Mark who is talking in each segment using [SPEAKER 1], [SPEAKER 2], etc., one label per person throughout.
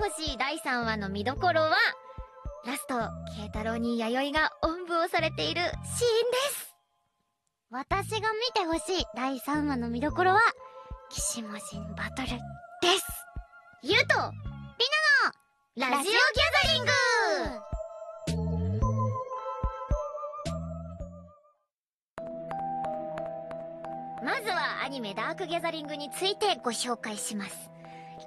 [SPEAKER 1] ほしい第3話の見どころは、ラスト、慶太郎に弥生がおんぶをされているシーンです。私が見てほしい第3話の見どころは、キシモジンバトルです。ゆうと、りなの、ラジオギャザリングまずはアニメダークギャザリングについてご紹介します。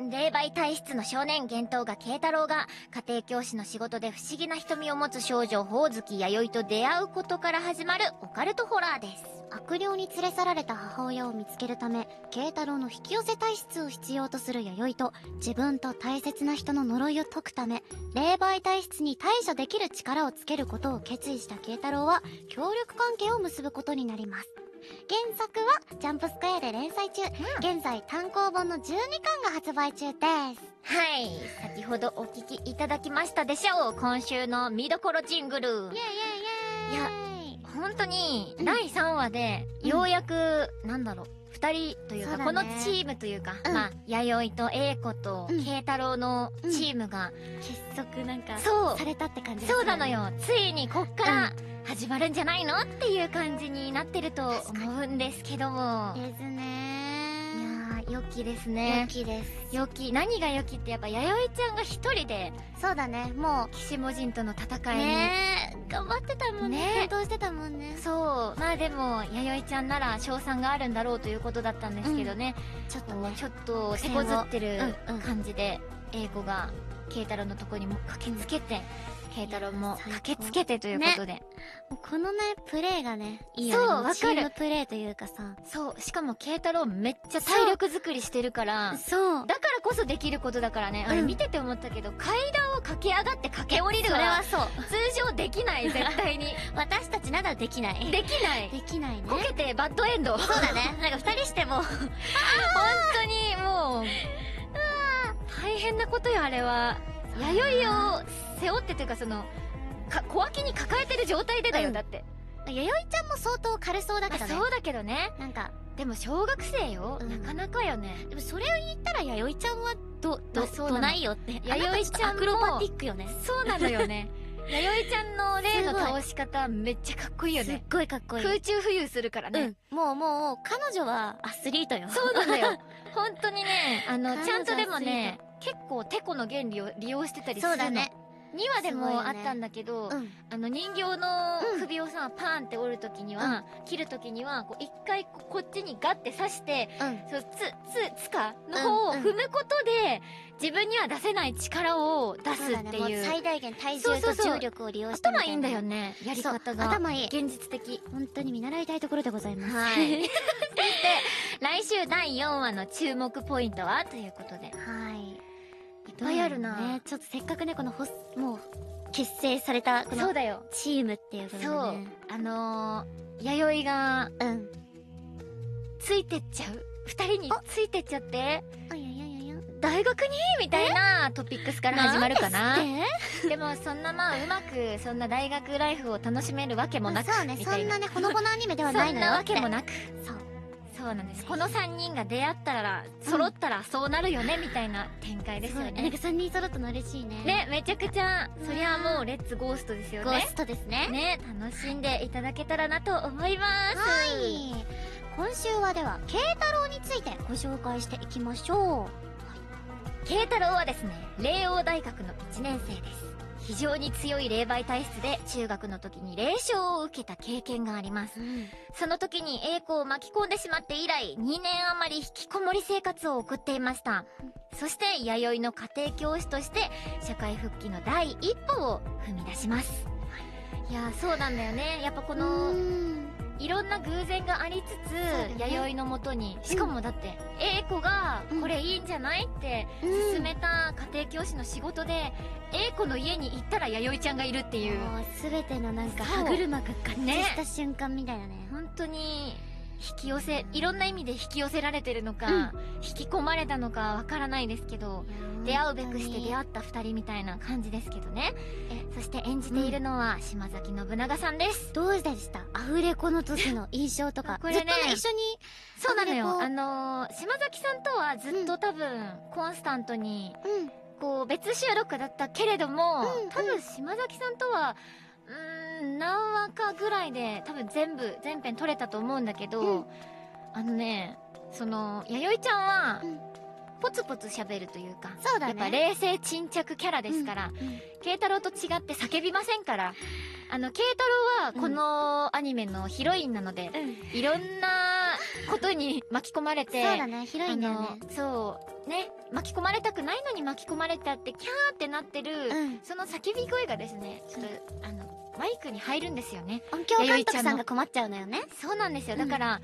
[SPEAKER 1] 霊媒体質の少年幻冬が慶太郎が家庭教師の仕事で不思議な瞳を持つ少女宝月弥生と出会うことから始まるオカルトホラーです。
[SPEAKER 2] 悪霊に連れ去られた母親を見つけるため慶太郎の引き寄せ体質を必要とする弥生と自分と大切な人の呪いを解くため霊媒体質に対処できる力をつけることを決意した慶太郎は協力関係を結ぶことになります原作は「ジャンプスクエア」で連載中、現在単行本の12巻が発売中です
[SPEAKER 1] はい。先ほどお聞きいただきましたでしょう。今週の見どころジングル。
[SPEAKER 2] イエイイエイイエイい
[SPEAKER 1] 本当に、
[SPEAKER 2] うん
[SPEAKER 1] 第3話で、
[SPEAKER 2] うん
[SPEAKER 1] ようやく、なんだろう、二人という
[SPEAKER 2] そ
[SPEAKER 1] か、
[SPEAKER 2] うだね
[SPEAKER 1] このチームというか、
[SPEAKER 2] うん
[SPEAKER 1] まあ、弥生と英子と
[SPEAKER 2] うん
[SPEAKER 1] 慶太郎のチームが、
[SPEAKER 2] 結束なんか
[SPEAKER 1] そう
[SPEAKER 2] されたって感じですね
[SPEAKER 1] そうなのよ、ついにこっから始まるんじゃないのっていう感じになってると
[SPEAKER 2] 確かに
[SPEAKER 1] 思うんですけども。い
[SPEAKER 2] ですね
[SPEAKER 1] やー、良きです
[SPEAKER 2] 良
[SPEAKER 1] ね。
[SPEAKER 2] きです
[SPEAKER 1] 良き。何が良きってやっぱ、弥生ちゃんが一人で、
[SPEAKER 2] そうだねもう
[SPEAKER 1] 岸母人との戦いに、
[SPEAKER 2] ねえ頑張ってたもん
[SPEAKER 1] ね
[SPEAKER 2] ね奮闘してたもんね
[SPEAKER 1] そうまあでも弥生ちゃんなら賞賛があるんだろうということだったんですけどね、
[SPEAKER 2] ちょっと
[SPEAKER 1] こ
[SPEAKER 2] ね
[SPEAKER 1] うちょっと手こずってる
[SPEAKER 2] うんうん
[SPEAKER 1] 感じで英子が慶太郎のとこにも駆けつけて慶太郎も
[SPEAKER 2] 最高
[SPEAKER 1] 駆けつけてということで、
[SPEAKER 2] このねプレーがねいい
[SPEAKER 1] そう
[SPEAKER 2] よね
[SPEAKER 1] わ
[SPEAKER 2] も
[SPEAKER 1] かる
[SPEAKER 2] チームプレーというかさ
[SPEAKER 1] そうしかも慶太郎めっちゃ体力作りしてるから
[SPEAKER 2] そう
[SPEAKER 1] だからこそできることだからね、あれ
[SPEAKER 2] うん
[SPEAKER 1] 見てて思ったけど階段を駆け上がって駆け下りる
[SPEAKER 2] そ
[SPEAKER 1] か
[SPEAKER 2] れは
[SPEAKER 1] ら
[SPEAKER 2] そう
[SPEAKER 1] 通常できない絶対に
[SPEAKER 2] 私たちならできない
[SPEAKER 1] できない
[SPEAKER 2] できないね
[SPEAKER 1] こけてバッドエンド
[SPEAKER 2] そうだねなんか二人しても
[SPEAKER 1] 本当にもう大変なことよあれは弥生を背負ってというかそのか小脇に抱えてる状態でだよ、
[SPEAKER 2] うん
[SPEAKER 1] だって、
[SPEAKER 2] 弥生ちゃんも相当軽そうだ
[SPEAKER 1] ま
[SPEAKER 2] け
[SPEAKER 1] あ
[SPEAKER 2] どね
[SPEAKER 1] そうだけどね
[SPEAKER 2] なんか
[SPEAKER 1] でも小学生よ、
[SPEAKER 2] うん
[SPEAKER 1] なかなかよね
[SPEAKER 2] でもそれを言ったら弥生ちゃんはど
[SPEAKER 1] ま
[SPEAKER 2] ど
[SPEAKER 1] あそうなの
[SPEAKER 2] どないよって
[SPEAKER 1] 弥生ちゃんも
[SPEAKER 2] あなたょっとアクロバティックよね
[SPEAKER 1] そうなのよね 弥生ちゃんの例の
[SPEAKER 2] すごい
[SPEAKER 1] 倒し方めっちゃかっこいいよ
[SPEAKER 2] すっ
[SPEAKER 1] ね
[SPEAKER 2] ごいかっこいい
[SPEAKER 1] 空中浮遊するからね、
[SPEAKER 2] うんもうもう彼女はアスリートよ
[SPEAKER 1] そうなのよ 本当にねあの
[SPEAKER 2] 彼女
[SPEAKER 1] ちゃんとでもね結構テコの原理を利用してたりするの
[SPEAKER 2] そうだね
[SPEAKER 1] 2話です
[SPEAKER 2] ごい
[SPEAKER 1] も
[SPEAKER 2] よ
[SPEAKER 1] あっ
[SPEAKER 2] ね
[SPEAKER 1] たんだけど、
[SPEAKER 2] うん
[SPEAKER 1] あの人形の首をさ、パーンって折るときには、切るときにはこう一回ここっちにガッて刺して
[SPEAKER 2] うん
[SPEAKER 1] そうつつつかの方を
[SPEAKER 2] うんうん
[SPEAKER 1] 踏むことで、自分には出せない力を出すって
[SPEAKER 2] そうだね
[SPEAKER 1] い
[SPEAKER 2] も
[SPEAKER 1] う
[SPEAKER 2] う最大限体
[SPEAKER 1] そう
[SPEAKER 2] 重
[SPEAKER 1] そう
[SPEAKER 2] と
[SPEAKER 1] そう
[SPEAKER 2] 重力を利用してみ
[SPEAKER 1] 頭
[SPEAKER 2] た
[SPEAKER 1] い
[SPEAKER 2] い
[SPEAKER 1] いんだよねや
[SPEAKER 2] や
[SPEAKER 1] り方が
[SPEAKER 2] 頭いい
[SPEAKER 1] 現実的
[SPEAKER 2] 本当に見習いたいところでございます
[SPEAKER 1] はい 来週第4話の注目ポイントはということでいっ
[SPEAKER 2] はい
[SPEAKER 1] ぱいあるな、
[SPEAKER 2] どうろうねちょっとせっかくねこのほもう結成されたこ
[SPEAKER 1] そう
[SPEAKER 2] の
[SPEAKER 1] だよ
[SPEAKER 2] チームっていうことで
[SPEAKER 1] そう
[SPEAKER 2] ね
[SPEAKER 1] あのー、弥生が
[SPEAKER 2] そううん
[SPEAKER 1] ついてっちゃう二人についてっちゃって
[SPEAKER 2] あいやいやいやいや
[SPEAKER 1] 大学にみたいなトピックスから始まるかな
[SPEAKER 2] なんですって
[SPEAKER 1] でもそんなまあうまくそんな大学ライフを楽しめるわけもなく
[SPEAKER 2] そうね
[SPEAKER 1] み
[SPEAKER 2] そ
[SPEAKER 1] たい
[SPEAKER 2] ん
[SPEAKER 1] な
[SPEAKER 2] なねほのぼのアニメではない
[SPEAKER 1] そん
[SPEAKER 2] の
[SPEAKER 1] な
[SPEAKER 2] よ
[SPEAKER 1] わ
[SPEAKER 2] って
[SPEAKER 1] けもなく
[SPEAKER 2] そう
[SPEAKER 1] そうなんですこの3人が出会ったら揃ったらそうなるよねみたいな展開ですよ
[SPEAKER 2] そうなん
[SPEAKER 1] ね
[SPEAKER 2] か3人揃ったの嬉しいね
[SPEAKER 1] ねめちゃくちゃそりゃもうレッツゴーストですよ
[SPEAKER 2] ゴー
[SPEAKER 1] ね
[SPEAKER 2] ストですね
[SPEAKER 1] ね楽しんでいただけたらなと思います
[SPEAKER 2] はい今週はでは慶太郎についてご紹介していきましょう
[SPEAKER 1] 慶太郎はですね霊王大学の1年生です非常に強い霊媒体質で中学の時に霊障を受けた経験がありますその時に栄子を巻き込んでしまって以来、2年余り引きこもり生活を送っていました。そして、弥生の家庭教師として、社会復帰の第一歩を踏み出します。いやー、そうなんだよね。やっぱこ
[SPEAKER 2] こ
[SPEAKER 1] の、いろんな偶然がありつつ、
[SPEAKER 2] ね
[SPEAKER 1] 弥生のもとに、しかもだって、栄子が、これいいんじゃないって、進めた家庭教師の仕事で、栄子の家に行ったら弥生ちゃんがいるっていう。
[SPEAKER 2] もう全てのなんか
[SPEAKER 1] そう
[SPEAKER 2] 歯車が合
[SPEAKER 1] ね
[SPEAKER 2] 致した瞬間みたいなね
[SPEAKER 1] 本当に引き寄せいろんな意味で引き寄せられてるのか、引き込まれたのかわからないですけど出会うべくして出
[SPEAKER 2] う
[SPEAKER 1] 会った2人みたいな感じですけどね
[SPEAKER 2] え
[SPEAKER 1] そして演じているのは島崎信長さんです、
[SPEAKER 2] どうでしたアフレコの時の印象とか
[SPEAKER 1] これね
[SPEAKER 2] ずっとね一緒に
[SPEAKER 1] そうなのよ
[SPEAKER 2] あ
[SPEAKER 1] あ
[SPEAKER 2] ん
[SPEAKER 1] のー島崎さんとはずっと多分コンスタントにこう別収録だったけれども、
[SPEAKER 2] うんうん
[SPEAKER 1] 多分島崎さんとはうーん何話かぐらいで多分全部全編撮れたと思うんだけど、
[SPEAKER 2] うん
[SPEAKER 1] あのねその弥生ちゃんは、
[SPEAKER 2] うん
[SPEAKER 1] ポツポツ喋るというか
[SPEAKER 2] そう
[SPEAKER 1] や
[SPEAKER 2] だ
[SPEAKER 1] っぱ
[SPEAKER 2] ね
[SPEAKER 1] 冷静沈着キャラですから、
[SPEAKER 2] うん
[SPEAKER 1] 慶太郎と違って叫びませんからあの慶太郎はこのアニメのヒロインなので、
[SPEAKER 2] うん
[SPEAKER 1] いろんなことに巻き込まれ
[SPEAKER 2] そう
[SPEAKER 1] て
[SPEAKER 2] だね広い
[SPEAKER 1] あ
[SPEAKER 2] んだよ
[SPEAKER 1] の
[SPEAKER 2] ね
[SPEAKER 1] そうね巻き込まれたくないのに巻き込まれたってキャーってなってる、
[SPEAKER 2] うん
[SPEAKER 1] その叫び声がですねちょっと、あのマイクに入るんですよね
[SPEAKER 2] 音響監督さん
[SPEAKER 1] 弥生ちゃん
[SPEAKER 2] が
[SPEAKER 1] の
[SPEAKER 2] 困っちゃうのよね
[SPEAKER 1] そうなんですよ
[SPEAKER 2] う
[SPEAKER 1] だ
[SPEAKER 2] ん
[SPEAKER 1] から、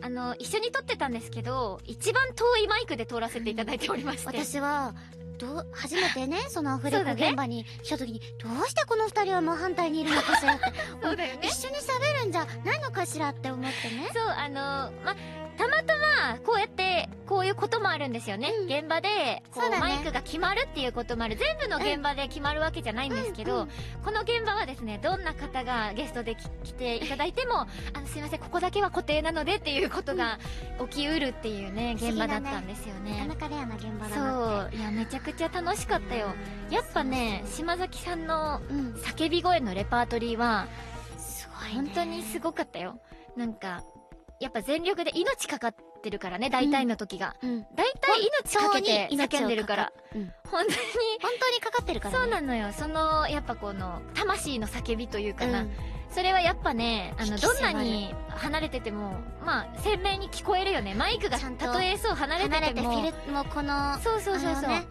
[SPEAKER 1] あの一緒に撮ってたんですけど一番遠いマイクで撮らせていただいておりまして、
[SPEAKER 2] 私はどう初めてね そのアフレ
[SPEAKER 1] そう
[SPEAKER 2] コ
[SPEAKER 1] だね
[SPEAKER 2] 現場に来た時に、どうしてこの二人は真反対にいるのかしらって
[SPEAKER 1] そうだよね
[SPEAKER 2] 一緒に喋るんじゃないのかしらって思ってね
[SPEAKER 1] そうあのまたまたまこうやってこういうこともあるんですよね、
[SPEAKER 2] うん
[SPEAKER 1] 現場でこ
[SPEAKER 2] そう
[SPEAKER 1] う
[SPEAKER 2] だね
[SPEAKER 1] マイクが決まるっていうこともある全部の現場で決まるわけじゃないんですけど、
[SPEAKER 2] うんうん
[SPEAKER 1] この現場はですねどんな方がゲストでき来ていただいてもあのすいませんここだけは固定なのでっていうことが起きうるっていうね現場だったんですよ
[SPEAKER 2] なか
[SPEAKER 1] ね
[SPEAKER 2] なかレアな現場だなって
[SPEAKER 1] そういやめちゃくちゃ楽しかったよやっぱね島崎さんの
[SPEAKER 2] うん
[SPEAKER 1] 叫び声のレパートリーは
[SPEAKER 2] すごいね
[SPEAKER 1] 本当にすごかったよなんかやっぱ全力で命かかってるからね大体の時が、
[SPEAKER 2] うん
[SPEAKER 1] 大体命かけて
[SPEAKER 2] 本当に命を
[SPEAKER 1] 叫んでるから
[SPEAKER 2] うん
[SPEAKER 1] 本当に
[SPEAKER 2] 本当にかかってるから
[SPEAKER 1] そう
[SPEAKER 2] ね
[SPEAKER 1] なのよそのやっぱこの魂の叫びというかな、
[SPEAKER 2] うん
[SPEAKER 1] それはやっぱねあの
[SPEAKER 2] 引き迫
[SPEAKER 1] ど
[SPEAKER 2] る
[SPEAKER 1] んなに離れててもまあ鮮明に聞こえるよねマイクが
[SPEAKER 2] ちゃんと
[SPEAKER 1] たとえそう離れ
[SPEAKER 2] 離れ
[SPEAKER 1] て
[SPEAKER 2] て
[SPEAKER 1] て
[SPEAKER 2] フ
[SPEAKER 1] も
[SPEAKER 2] ィルもこの
[SPEAKER 1] そうそうそうそう、
[SPEAKER 2] あのね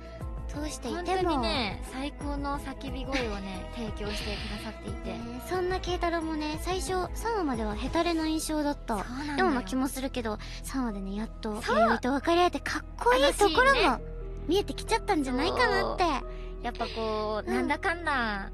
[SPEAKER 2] 通していても
[SPEAKER 1] 本当にね最高の叫び声をね提供してくださっていて、
[SPEAKER 2] ねそんな慶太郎もね最初3話まではヘタレな印象だった
[SPEAKER 1] そうなんだ
[SPEAKER 2] よ
[SPEAKER 1] よ
[SPEAKER 2] うな気もするけど3話でねやっと
[SPEAKER 1] そう
[SPEAKER 2] 弥生と別れ合えてかっこいいところ
[SPEAKER 1] 怪しい
[SPEAKER 2] も見えてきちゃったんじゃないかなって
[SPEAKER 1] やっぱこう、
[SPEAKER 2] うん
[SPEAKER 1] なんだかんだ、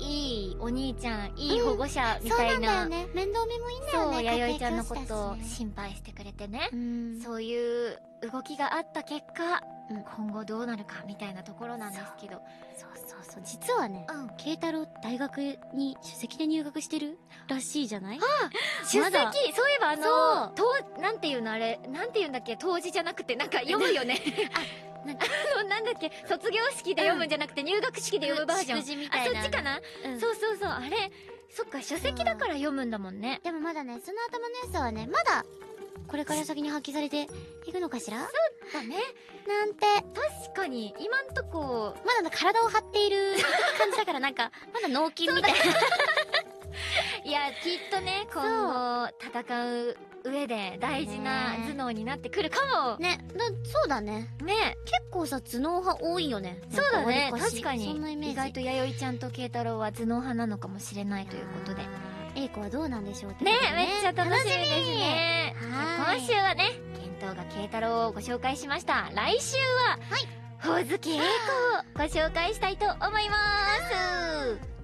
[SPEAKER 1] いいお兄ちゃん、いい保護者み
[SPEAKER 2] そう
[SPEAKER 1] たい
[SPEAKER 2] なんだ
[SPEAKER 1] な、
[SPEAKER 2] よね面倒見もいいんだ
[SPEAKER 1] そ
[SPEAKER 2] よ
[SPEAKER 1] う、
[SPEAKER 2] ね
[SPEAKER 1] 弥生ちゃんのこ
[SPEAKER 2] 家
[SPEAKER 1] と
[SPEAKER 2] 庭
[SPEAKER 1] を
[SPEAKER 2] 教師だしね
[SPEAKER 1] 心配してくれてね
[SPEAKER 2] う、ん
[SPEAKER 1] そういう動きがあった結果、
[SPEAKER 2] うん
[SPEAKER 1] 今後どうなるかみたいなところなんですけど、
[SPEAKER 2] そうそうそう実はね
[SPEAKER 1] うん。
[SPEAKER 2] 慶太郎大学に首席で入学してるらしいじゃない
[SPEAKER 1] 出席、
[SPEAKER 2] まだ
[SPEAKER 1] そういえばあ
[SPEAKER 2] そ
[SPEAKER 1] の
[SPEAKER 2] う、
[SPEAKER 1] となんていうのあれ、なんていうんだっけ、当時じゃなくて、なんか読むよね。 あ、なん あの、なんだっけ、卒業式で読むんじゃなくて、入学式で読むバージョン。
[SPEAKER 2] 祝辞みた
[SPEAKER 1] あ、
[SPEAKER 2] い
[SPEAKER 1] そ
[SPEAKER 2] な
[SPEAKER 1] っちかな、
[SPEAKER 2] うん
[SPEAKER 1] そうそうそう、あれ、そっか、書籍だから読むんだもんね。
[SPEAKER 2] でもまだねその頭の良さはねまだこれから先に発揮されていくのかしら
[SPEAKER 1] だね。
[SPEAKER 2] なんて
[SPEAKER 1] 確かに今んとこ
[SPEAKER 2] まだね体を張って いる感じだからなんかまだ脳筋みたい
[SPEAKER 1] いやきっとね今後戦う上で大事な
[SPEAKER 2] ね
[SPEAKER 1] 頭脳になってくるか
[SPEAKER 2] なねだそうだね
[SPEAKER 1] もね
[SPEAKER 2] 結構さ頭脳派多いよね
[SPEAKER 1] そうだね
[SPEAKER 2] なんわりか
[SPEAKER 1] 確
[SPEAKER 2] し
[SPEAKER 1] かに
[SPEAKER 2] そんなイメ
[SPEAKER 1] 意
[SPEAKER 2] ー
[SPEAKER 1] 外
[SPEAKER 2] ジ
[SPEAKER 1] と弥生ちゃんと慶太郎は頭脳派なのかもしれないということでね
[SPEAKER 2] A 子はどうなんでしょうってことで
[SPEAKER 1] めっちゃ楽しみですね今
[SPEAKER 2] はい
[SPEAKER 1] 週はね検討が慶太郎をご紹介しました来週は、ほおずき英子をご紹介したいと思います